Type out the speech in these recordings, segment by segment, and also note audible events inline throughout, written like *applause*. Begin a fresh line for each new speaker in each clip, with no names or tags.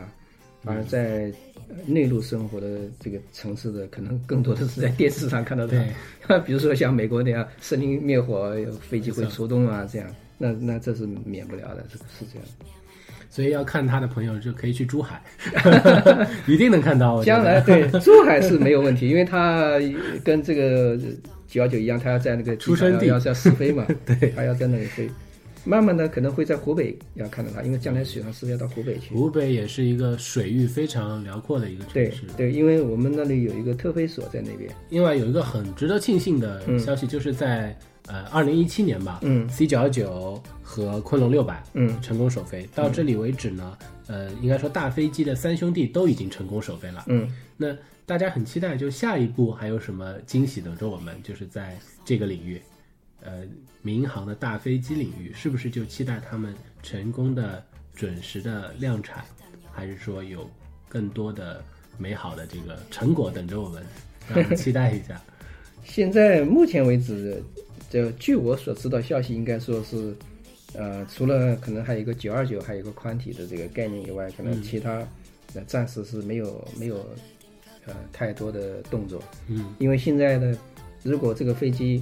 而在呃内陆生活的这个城市的，可能更多的是在电视上看到它。 *laughs* 比如说像美国那样，森林灭火，有飞机会出动啊，这样，那那这是免不了的，这个是这样。
所以要看它的朋友就可以去珠
*laughs*
海，一定能看到。我觉得
将来对
*laughs*
珠海是没有问题，因为它跟这个九幺九一样，它要在那个
出生地
要要要试飞
*laughs*
嘛，对，它要在那里飞。慢慢的可能会在湖北要看到它，因为将来水上是不是要到湖北去？
湖北也是一个水域非常辽阔的一个城
对
市。
对，因为我们那里有一个特飞所在那边，
另外有一个很值得庆幸的消息，就是在、呃二零一七年吧，
嗯
，C 九幺九和昆龙六百，
嗯
成功首飞。到这里为止呢，呃，应该说大飞机的三兄弟都已经成功首飞了。
嗯，
那大家很期待，就下一步还有什么惊喜等着我们？就是在这个领域，呃，民航的大飞机领域，是不是就期待他们成功的、准时的量产，还是说有更多的美好的这个成果等着我们？让我们期待一下。
现在目前为止，就据我所知道消息，应该说是，呃，除了可能还有一个九二九，还有一个宽体的这个概念以外，可能其他，呃，暂时是没有没有，呃，太多的动作。
嗯，
因为现在呢，如果这个飞机，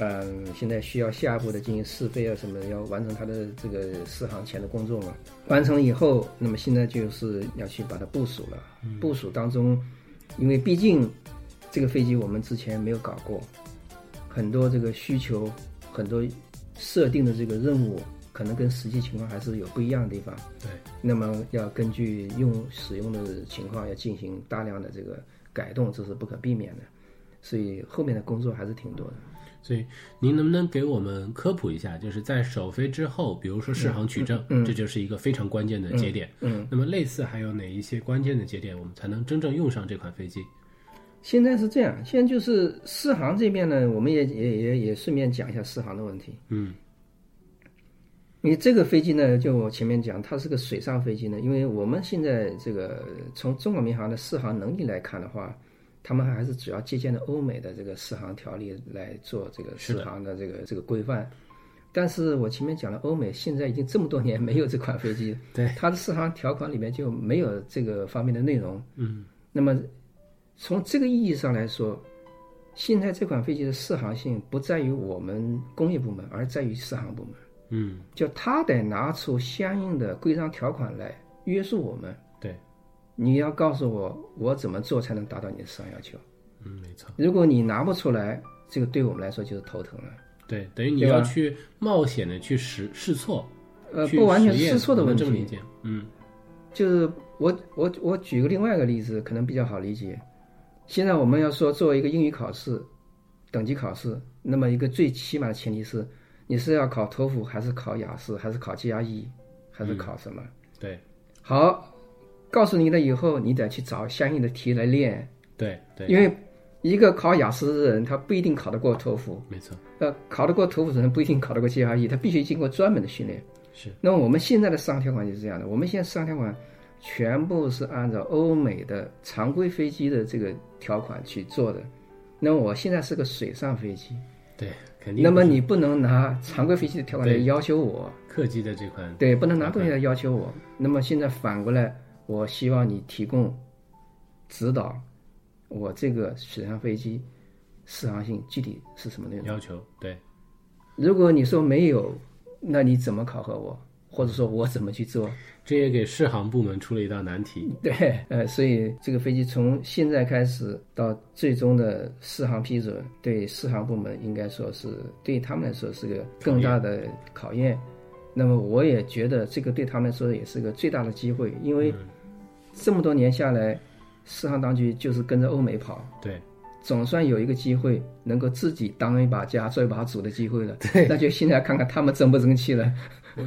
嗯、现在需要下一步的进行试飞啊什么的，要完成它的这个试航前的工作嘛。完成以后，那么现在就是要去把它部署了。部署当中，因为毕竟这个飞机我们之前没有搞过，很多这个需求，很多设定的这个任务，可能跟实际情况还是有不一样的地方。
对，
那么要根据用使用的情况，要进行大量的这个改动，这是不可避免的。所以后面的工作还是挺多的。
所以您能不能给我们科普一下，就是在首飞之后，比如说试航取证，这就是一个非常关键的节点。
嗯
那么类似还有哪一些关键的节点，我们才能真正用上这款飞机？
现在是这样，现在就是试航这边呢，我们也也也也顺便讲一下试航的问题。
嗯，
因为这个飞机呢，就我前面讲，它是个水上飞机呢，因为我们现在这个从中国民航的试航能力来看的话，他们还是主要借鉴了欧美的这个试航条例来做这个试航的这个这个规范。但是我前面讲了，欧美现在已经这么多年没有这款飞机，
对
它的试航条款里面就没有这个方面的内容。
嗯，
那么从这个意义上来说，现在这款飞机的适航性不在于我们工业部门，而在于适航部门。
嗯，
就他得拿出相应的规章条款来约束我们。
对，
你要告诉我我怎么做才能达到你的市场要求。
嗯，没错。
如果你拿不出来，这个对我们来说就是头疼了。
对，等于你
对吧
要去冒险的去试试错，
呃，
去
不完全
实验
试错的
我
问
们
题。
这么理解，嗯，
就是我我我举个另外一个例子，可能比较好理解。现在我们要说做一个英语考试，等级考试，那么一个最起码的前提是，你是要考托福，还是考雅思，还是考 GRE，还是考什么？
对，
好，告诉你了以后，你得去找相应的题来练，
对，对，
因为一个考雅思的人，他不一定考得过托福，
没错，
呃，考得过托福的人不一定考得过 GRE，他必须经过专门的训练。
是。
那么我们现在的市场条款就是这样的，我们现在市场条款全部是按照欧美的常规飞机的这个条款去做的。那么我现在是个水上飞机，
对，肯定。
那么你不能拿常规飞机的条款来
对
要求我，
客机的这款，
对，不能拿东西来要求我。那么现在反过来，我希望你提供指导，我这个水上飞机适航性具体是什么内容？
要求，对，
如果你说没有，那你怎么考核我？或者说我怎么去做。 *laughs*
这也给适航部门出了一道难题。
对，呃，所以这个飞机从现在开始到最终的适航批准，对适航部门应该说是对于他们来说是个更大的考验。那么我也觉得这个对他们来说也是个最大的机会，因为这么多年下来，适航当局就是跟着欧美跑，
对，
总算有一个机会能够自己当一把家做一把主的机会了。对，那就现在看看他们争不争气了。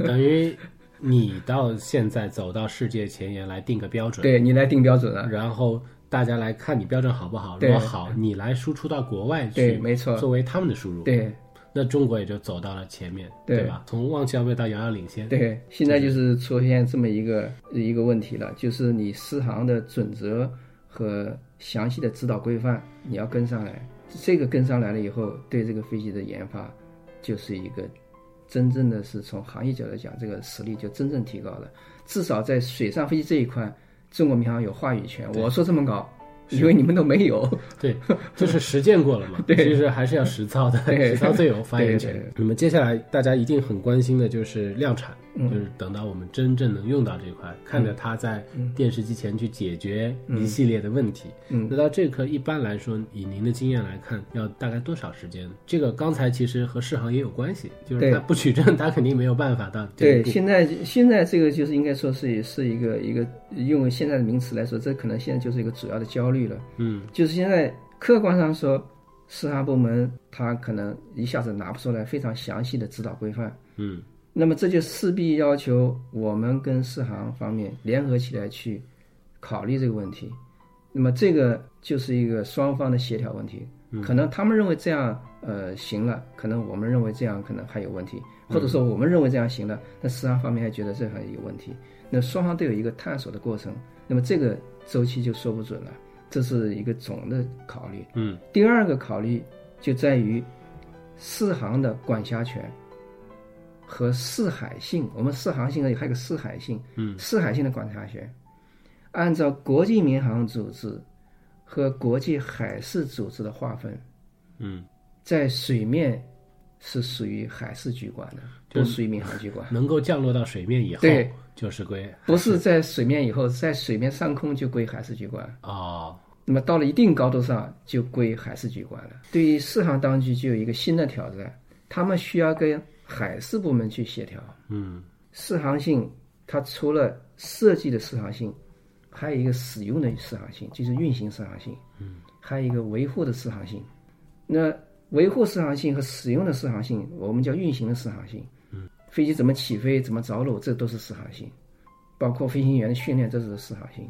等于你到现在走到世界前沿来定个标准，
对你来定标准啊，
然后大家来看你标准好不好，如
对
果好，你来输出到国外去，
对没错
作为他们的输入，，
对。
那中国也就走到了前面，
对
吧？从望其项背到遥遥领先，，
对，现在就是出现这么一个一个问题了，就是你适航的准则和详细的指导规范，你要跟上来。这个跟上来了以后，对这个飞机的研发，就是一个真正的是从行业角度讲，这个实力就真正提高了。至少在水上飞机这一块，中国民航有话语权。我说这么搞，因为你们都没有。
对，就是实践过了嘛，
*laughs* 对
其实还是要实操的，
*laughs* 对
实操最有发言
对对
权
对。
那么接下来大家一定很关心的就是量产，
嗯
就是等到我们真正能用到这一块，看着它在电视机前去解决一系列的问题。
嗯
那到这一刻，一般来说，以您的经验来看，要大概多少时间？这个刚才其实和适航也有关系，就是
对
他不取证，他肯定没有办法到这一
对，
步。
现在现在这个就是应该说是是一个一个用现在的名词来说，这可能现在就是一个主要的焦虑了。
嗯，
就是现在客观上说，适航部门他可能一下子拿不出来非常详细的指导规范，
嗯，
那么这就势必要求我们跟适航方面联合起来去考虑这个问题。那么这个就是一个双方的协调问题，可能他们认为这样呃行了，可能我们认为这样可能还有问题，或者说我们认为这样行了，那适航方面还觉得这还有问题，那双方都有一个探索的过程，那么这个周期就说不准了。这是一个总的考虑。
嗯，
第二个考虑就在于适航的管辖权和适海性。我们适航性还有个适海性，嗯，适海性的管辖权，按照国际民航组织和国际海事组织的划分，
嗯，
在水面是属于海事局管的，不属于民航局管。
能够降落到水面以后
对，
就是归
不是在水面以后，在水面上空就归海事局管。
哦，
那么到了一定高度上，就归海事局管了。对于适航当局就有一个新的挑战，他们需要跟海事部门去协调。
嗯
适航性，它除了设计的适航性，还有一个使用的适航性，就是运行适航性。嗯，还有一个维护的适航性。那维护适航性和使用的适航性，我们叫运行的适航性。嗯，飞机怎么起飞、怎么着陆，这都是适航性，包括飞行员的训练，这都是适航性。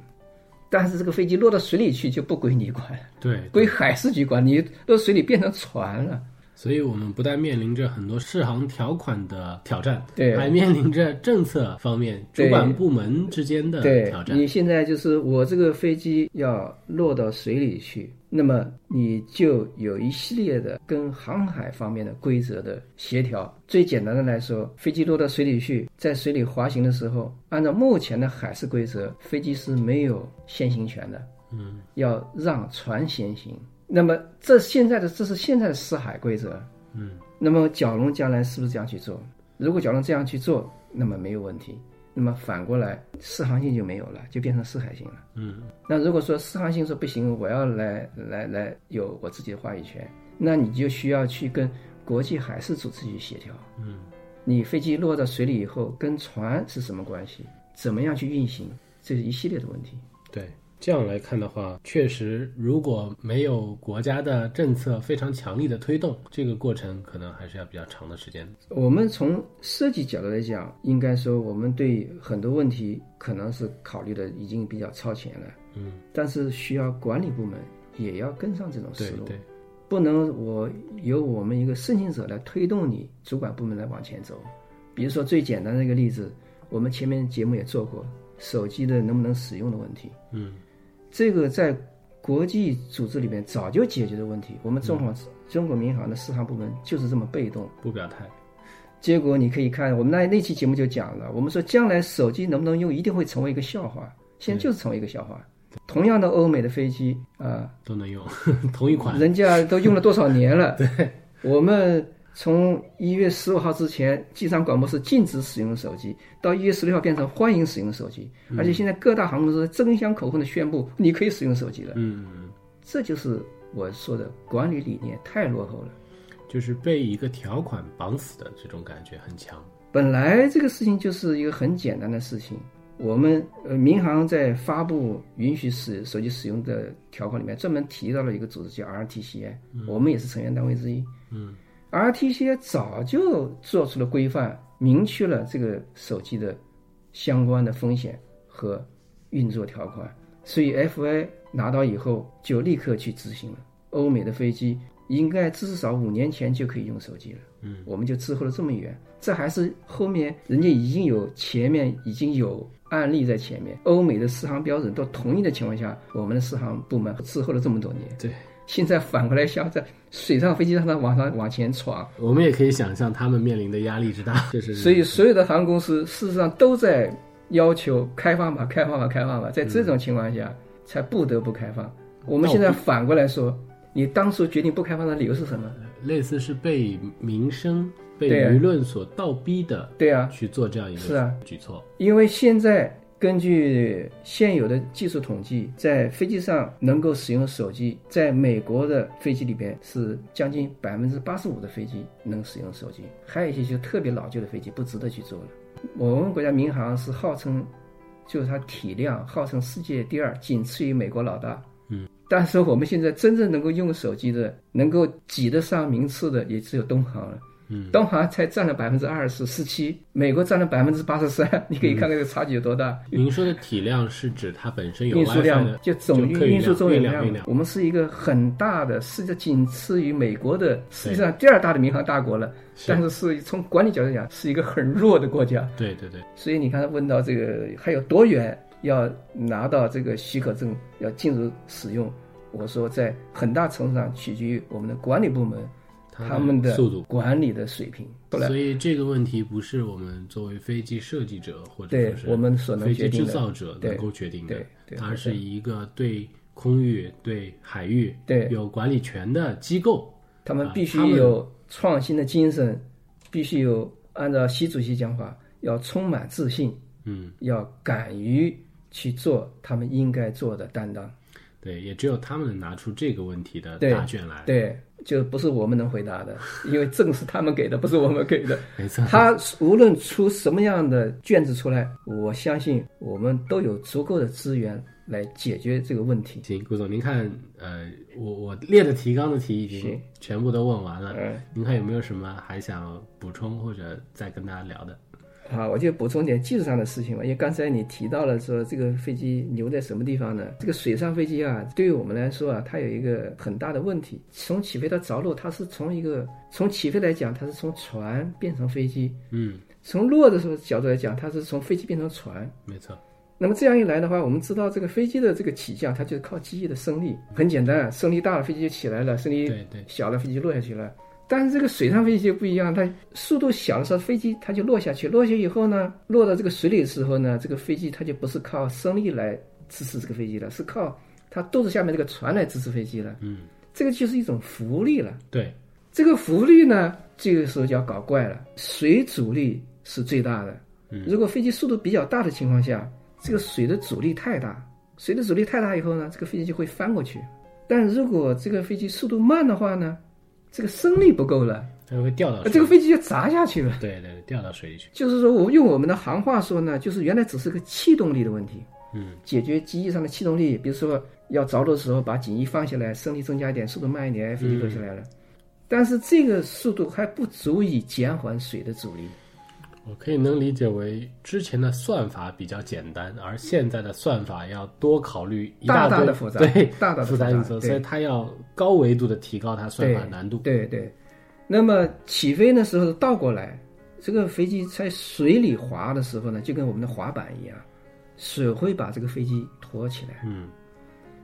但是这个飞机落到水里去就不归你管了。
对，
归海事局管，你落水里变成船了。
所以我们不但面临着很多适航条款的挑战，
对
还面临着政策方面主
对
管部门之间的
对
挑，战
你。现在就是我这个飞机要落到水里去，那么你就有一系列的跟航海方面的规则的协调。最简单的来说，飞机落到水里去，在水里滑行的时候，按照目前的海事规则，飞机是没有先行权的。
嗯，
要让船先行。那么这现在的这是现在的四海规则，
嗯，
那么蛟龙将来是不是这样去做？如果蛟龙这样去做，那么没有问题。那么反过来，四航性就没有了，就变成四海性了。
嗯，
那如果说四航性说不行，我要来来来有我自己的话语权，那你就需要去跟国际海事组织去协调。
嗯，
你飞机落到水里以后，跟船是什么关系？怎么样去运行？这是一系列的问题。
对。这样来看的话，确实，如果没有国家的政策非常强力的推动，这个过程可能还是要比较长的时间。
我们从设计角度来讲，应该说我们对很多问题可能是考虑的已经比较超前了，
嗯，
但是需要管理部门也要跟上这种
对
思路，
对，
不能我由我们一个申请者来推动你主管部门来往前走。比如说最简单的一个例子，我们前面节目也做过手机的能不能使用的问题，
嗯，
这个在国际组织里面早就解决的问题，我们中行、中国民航的适航部门就是这么被动。
不表态。
结果你可以看，我们那那期节目就讲了，我们说将来手机能不能用，一定会成为一个笑话。现在就是成为一个笑话。同样的，欧美的飞机啊、
都能用 *laughs* 同一款，
人家都用了多少年了，我们从一月十五号之前，机场广播是禁止使用手机，到一月十六号变成欢迎使用手机，而且现在各大航空公司争相口红的宣布你可以使用手机了。
嗯，
这就是我说的管理理念太落后了。
就是被一个条款绑死的这种感觉很强。
本来这个事情就是一个很简单的事情。我们呃，民航在发布允许使手机使用的条款里面，专门提到了一个组织叫 RTCA，、我们也是成员单位之一。
嗯
，RTCA 早就做出了规范，明确了这个手机的相关的风险和运作条款，所以 FA 拿到以后就立刻去执行了。欧美的飞机应该至少五年前就可以用手机了。我们就滞后了这么远。这还是后面人家已经有前面已经有案例在前面，欧美的适航标准都同意的情况下，我们的适航部门滞后了这么多年。
对，
现在反过来想，在水上飞机让它往上往前闯，
我们也可以想象他们面临的压力之大，就是
所以所有的航空公司事实上都在要求开放吧，开放吧，开放吧。在
嗯
这种情况下，才不得不开放。我们现在反过来说，你当初决定不开放的理由是什么？
类似是被民生、被
对
舆论所倒逼的，
对啊，
去做这样一
是啊
个举措。
因为现在根据现有的技术统计，在飞机上能够使用手机，在美国的飞机里边是将近百分之八十五的飞机能使用手机，还有一些就特别老旧的飞机不值得去做了。我们国家民航是号称，就是它体量号称世界第二，仅次于美国老大。
嗯，
但是我们现在真正能够用手机的，能够挤得上名次的，也只有东航了。
嗯，
东航才占了百分之二十四七，美国占了百分之八十三， *laughs* 你可以看看这个差距有多大。
您说的体量是指它本身有
运
WiFi
输量
的，
就总
就客运
运输
量
总
运
运
量运量
我们是一个很大的，世界仅次于美国的世界上第二大的民航大国了，但是是从管理角度讲是一个很弱的国家。
对对对，
所以你刚才问到这个还有多远要拿到这个许可证，要进入使用，我说在很大程度上取决于我们的管理部门他们的
速度。
管理的水平。后来
所以这个问题不是我们作为飞机设计者或者
对
说是
我们所能
飞
决
机制
定的
造者
对
能够决定的
对对，
它是一个对空域、对海域
对
有管理权的机构。
他们
啊
必须
他们
有创新的精神，必须有按照习主席讲法，要充满自信，
嗯，
要敢于去做他们应该做的担当。
对，也只有他们能拿出这个问题的
对
答卷来。
对，就不是我们能回答
*laughs*
的，因为证是他们给的，不是我们给的。
没错，
他无论出什么样的卷子出来，我相信我们都有足够的资源来解决这个问题。
行，顾总，您看，呃，我我列的提纲的题已经
行
全部都问完了，
嗯
您看有没有什么还想补充或者再跟大家聊的？
啊，我就补充点技术上的事情吧，因为刚才你提到了说这个飞机牛在什么地方呢？这个水上飞机啊，对于我们来说啊，它有一个很大的问题，从起飞到着陆，它是从一个从起飞来讲，它是从船变成飞机；
嗯，
从落的时候角度来讲，它是从飞机变成船。
没错，
那么这样一来的话，我们知道这个飞机的这个起降，它就是靠机翼的升力，很简单，升力大了飞机就起来了，升力
对对，
小的飞机落下去了。但是这个水上飞机就不一样，它速度小的时候，飞机它就落下去，落下去以后呢，落到这个水里的时候呢，这个飞机它就不是靠升力来支持这个飞机了，是靠它肚子下面这个船来支持飞机了。
嗯，
这个就是一种浮力了。
对，
这个浮力呢，这个时候就要搞怪了。水阻力是最大的。如果飞机速度比较大的情况下，这个水的阻力太大，水的阻力太大以后呢，这个飞机就会翻过去。但如果这个飞机速度慢的话呢，这个升力不够了，
它会掉到
呃
水，
这个飞机就砸下去了。
对对掉到水里去，
就是说，我用我们的行话说呢，就是原来只是个气动力的问题。
嗯，
解决机翼上的气动力，比如说要着陆的时候把襟翼放下来，升力增加一点，速度慢一点，飞机落下来了。但是这个速度还不足以减缓水的阻力。
我可以能理解为之前的算法比较简单，而现在的算法要多考虑一
大
堆
大的复杂
对，
大大的
复
复杂
因素，
对
所以它要高维度的提高它算
对
法难度。
对对，那么起飞的时候倒过来，这个飞机在水里滑的时候呢，就跟我们的滑板一样，水会把这个飞机托起来。
嗯，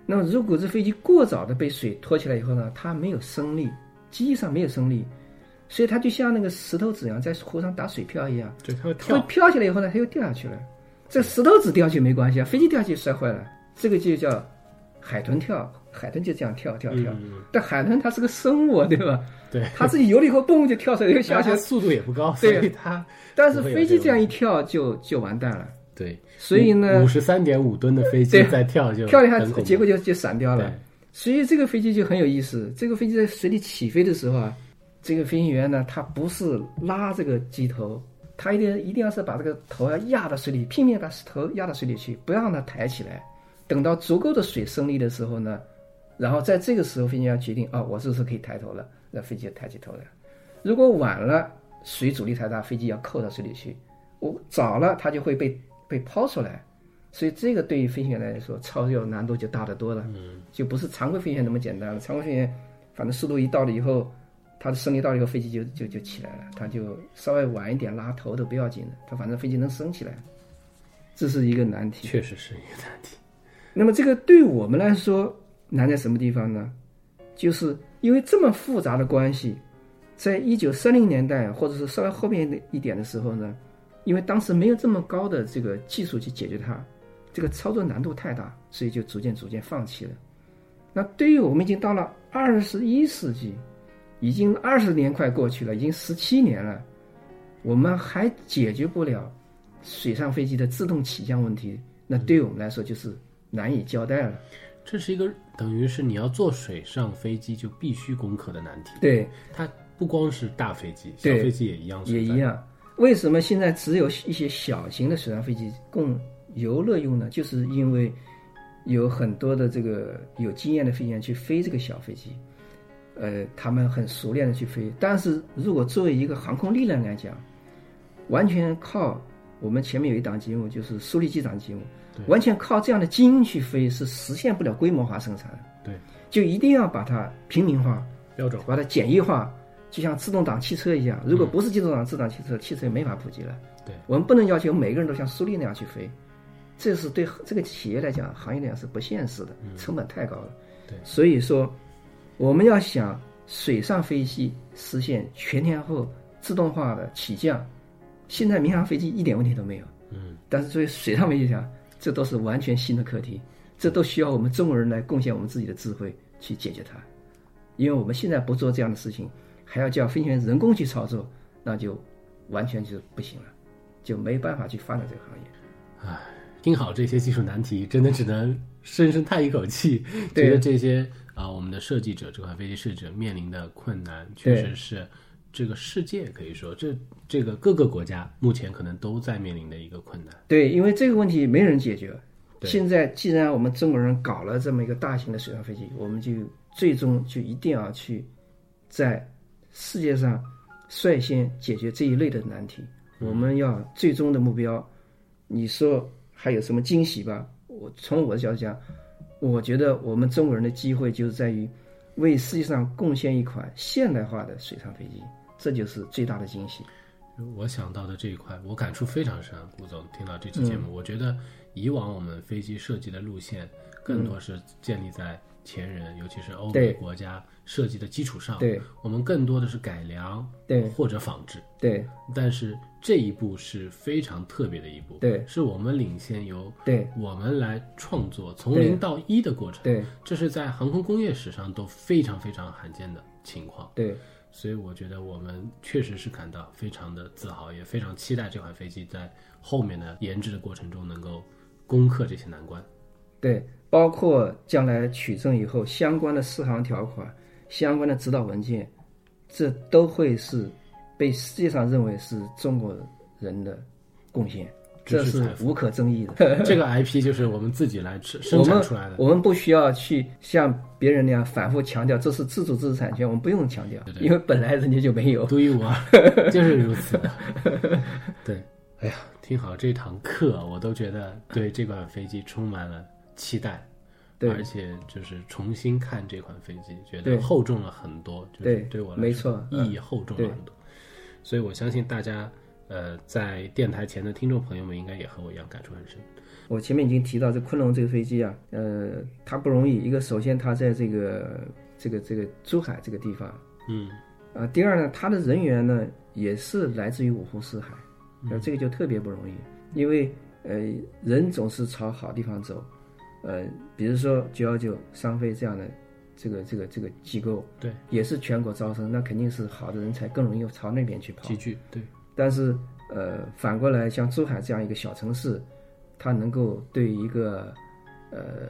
那么如果这飞机过早的被水托起来以后呢，它没有升力，机翼上没有升力，所以它就像那个石头子一样，在湖上打水漂一样，
对，它会
它会
跳，
飘起来以后呢，它又掉下去了。这石头子掉下去没关系啊，飞机掉下去摔坏了，这个就叫海豚跳。海豚就这样跳跳跳。
嗯，
但海豚它是个生物，啊对吧？
*laughs* 对，
它自己游了以后，嘣就跳水就
而
下去
且 *laughs*
了。
速度也不高，所
对
以它
但是飞机这样一跳就就完蛋了。
对，
所以
五
呢，
十三点五吨的飞机
对
再跳就
跳了一
很
下，
恐怖
结果就就闪掉了
对。
所以这个飞机就很有意思。这个飞机在水里起飞的时候啊，这个飞行员呢，他不是拉这个机头，他一定一定要是把这个头要压到水里，拼命把头压到水里去，不让它抬起来。等到足够的水升力的时候呢，然后在这个时候飞行员决定，哦，我是不是可以抬头了？那飞机就抬起头来。如果晚了，水阻力太大，飞机要扣到水里去；我早了，它就会被被抛出来。所以这个对于飞行员来说，操作难度就大得多了，嗯，就不是常规飞行员那么简单了。常规飞行员，反正速度一到了以后，它的升力到了以后，飞机就就就起来了，它就稍微晚一点拉头都不要紧的，它反正飞机能升起来，这是一个难题。
确实是一个难题。
那么这个对我们来说难在什么地方呢？就是因为这么复杂的关系，在一九三零年代或者是稍微后面的一点的时候呢，因为当时没有这么高的这个技术去解决它，这个操作难度太大，所以就逐渐逐渐放弃了。那对于我们已经到了二十一世纪，已经二十年快过去了，已经十七年了，我们还解决不了水上飞机的自动起降问题，那对于我们来说就是难以交代了。
这是一个等于是你要坐水上飞机就必须攻克的难题。，
对，
它不光是大飞机，小
对
飞机也一样，
也一。样。为什么现在只有一些小型的水上飞机供游乐用呢？就是因为有很多的这个有经验的飞行员去飞这个小飞机，呃，他们很熟练的去飞。但是如果作为一个航空力量来讲，完全靠我们前面有一档节目，就是苏力机长节目，完全靠这样的精英去飞是实现不了规模化生产的。
对，
就一定要把它平民化，
标准化
把它简易化，就像自动挡汽车一样。如果不是自动挡自动挡汽车，汽车也没法普及了。
嗯对
我们不能要求每个人都像苏力那样去飞，这是对这个企业来讲、行业来讲是不现实的，成本太高了。
嗯对
所以说我们要想水上飞机实现全天候自动化的起降，现在民航飞机一点问题都没有。
嗯，
但是作为水上飞机讲，这都是完全新的课题，这都需要我们中国人来贡献我们自己的智慧去解决它。因为我们现在不做这样的事情，还要叫飞行员人工去操作，那就完全就不行了，就没办法去发展这个行业。
听好这些技术难题，真的只能深深叹一口气，
对
觉得这些啊、我们的设计者，这款飞机设计者面临的困难，确
对
实是这个世界可以说这这个各个国家目前可能都在面临的一个困难。
对，因为这个问题没人解决。
对
现在既然我们中国人搞了这么一个大型的水上飞机，我们就最终就一定要去在世界上率先解决这一类的难题。我们要最终的目标，你说还有什么惊喜吧？我从我的角度讲，我觉得我们中国人的机会就是在于为世界上贡献一款现代化的水上飞机，这就是最大的惊喜。
我想到的这一块，我感触非常深。顾总听到这期节
嗯
目，我觉得以往我们飞机设计的路线更多是建立在前人，尤其是欧美
嗯对
国家设计的基础上。
对，
我们更多的是改良，
对
或者仿制。
对
但是这一步是非常特别的一步，
对
是我们领先由
对
我们来创作从
对
零到一的过程，，
对
这是在航空工业史上都非常非常罕见的情况，
对
所以我觉得我们确实是感到非常的自豪，也非常期待这款飞机在后面的研制的过程中能够攻克这些难 *laughs* 关。
对，包括将来取证以后相关的适航条款、相关的指导文件，这都会是被世界上认为是中国人的贡献，
知
这
识
是
财富
无可争议
*laughs*
的。
这个 IP 就是我们自己来生生
我
产
们
出来的，
我们不需要去像别人那样反复强调这是自主知识产权，我们不用强调，因为本来人家就没有。
独一无二，就是如此的。 *laughs* 对，哎呀，听好这堂课，我都觉得对这款飞机充满了期待，
对
而且就是重新看这款飞机，觉得
对
厚重了很多，就是
对
对我来
没
说
错嗯
意义厚重了
对
很多。所以我相信大家，呃，在电台前的听众朋友们应该也和我一样感触很深。
我前面已经提到，这昆龙这个飞机啊，呃，它不容易。一个首先它在这个这个这个珠海这个地方，
嗯，
啊，第二呢，它的人员呢也是来自于五湖四海，那、这个就特别不容易，因为呃人总是朝好地方走，呃，比如说九幺九、商飞这样的这个这个这个机构，
对，
也是全国招生，那肯定是好的人才更容易朝那边去跑
集。聚，对，
但是呃，反过来像珠海这样一个小城市，它能够对一个呃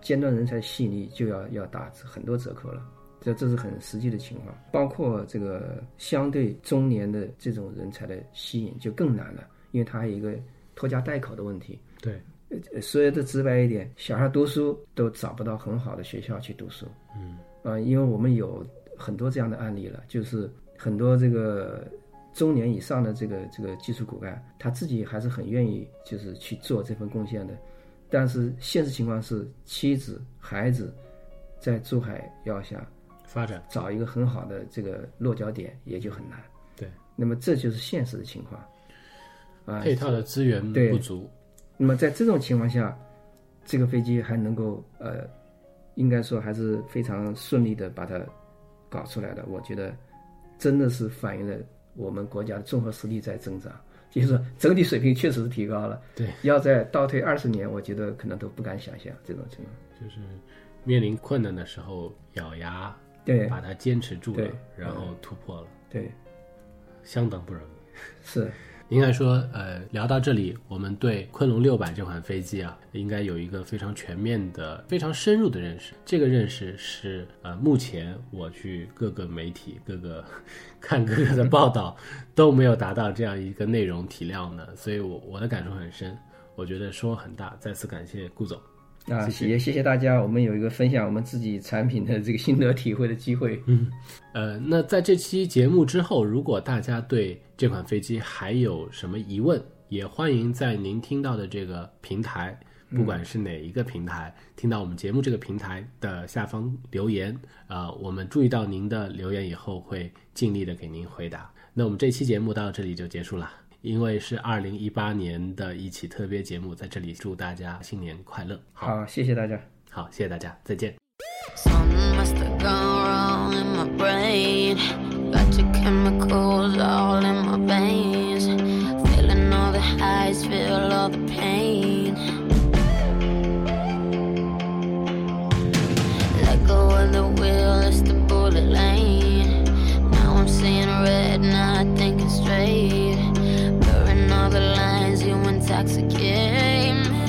尖端人才吸引力就要要打很多折扣了。这这是很实际的情况，包括这个相对中年的这种人才的吸引就更难了，因为它还有一个拖家带口的问题。
对，
呃说的直白一点，小孩读书都找不到很好的学校去读书。
嗯，
啊、因为我们有很多这样的案例了，就是很多这个中年以上的这个这个技术骨干，他自己还是很愿意就是去做这份贡献的，但是现实情况是，妻子孩子在珠海要想
发展，
找一个很好的这个落脚点也就很难。
对，
那么这就是现实的情况。啊、
配套的资源
对
不足，
那么在这种情况下，这个飞机还能够呃，应该说还是非常顺利的把它搞出来的。我觉得真的是反映了我们国家的综合实力在增长，就是说整体水平确实是提高了。
对，
要再倒退二十年，我觉得可能都不敢想象这种情况。
就是面临困难的时候咬牙
对
把它坚持住
对嗯
了，然后突破了，
对，
相当不容易。
是
应该说，呃，聊到这里，我们对昆龙六百这款飞机啊，应该有一个非常全面的、非常深入的认识。这个认识是，呃，目前我去各个媒体、各个 *laughs* 看各个的报道，都没有达到这样一个内容体量的，所以我我的感受很深，我觉得收获很大。再次感谢顾总。
啊，也谢谢大家，我们有一个分享我们自己产品的这个心得体会的机会。
呃，那在这期节目之后，如果大家对这款飞机还有什么疑问，也欢迎在您听到的这个平台，不管是哪一个平台，听到我们节目这个平台的下方留言。啊，我们注意到您的留言以后，会尽力的给您回答。那我们这期节目到这里就结束了，因为是二零一八年的一期特别节目，在这里祝大家新年快乐。好，
好，谢谢大家。
好，谢谢大家，再见。
Something must have gone wrong in my brain. Got your chemicals all in my veins. Feeling all the highs, feel all the pain. Let go of the wheel, it's the bullet lane. Now I'm seeing red, not thinking straight. Blurring all the lines, you intoxicate me.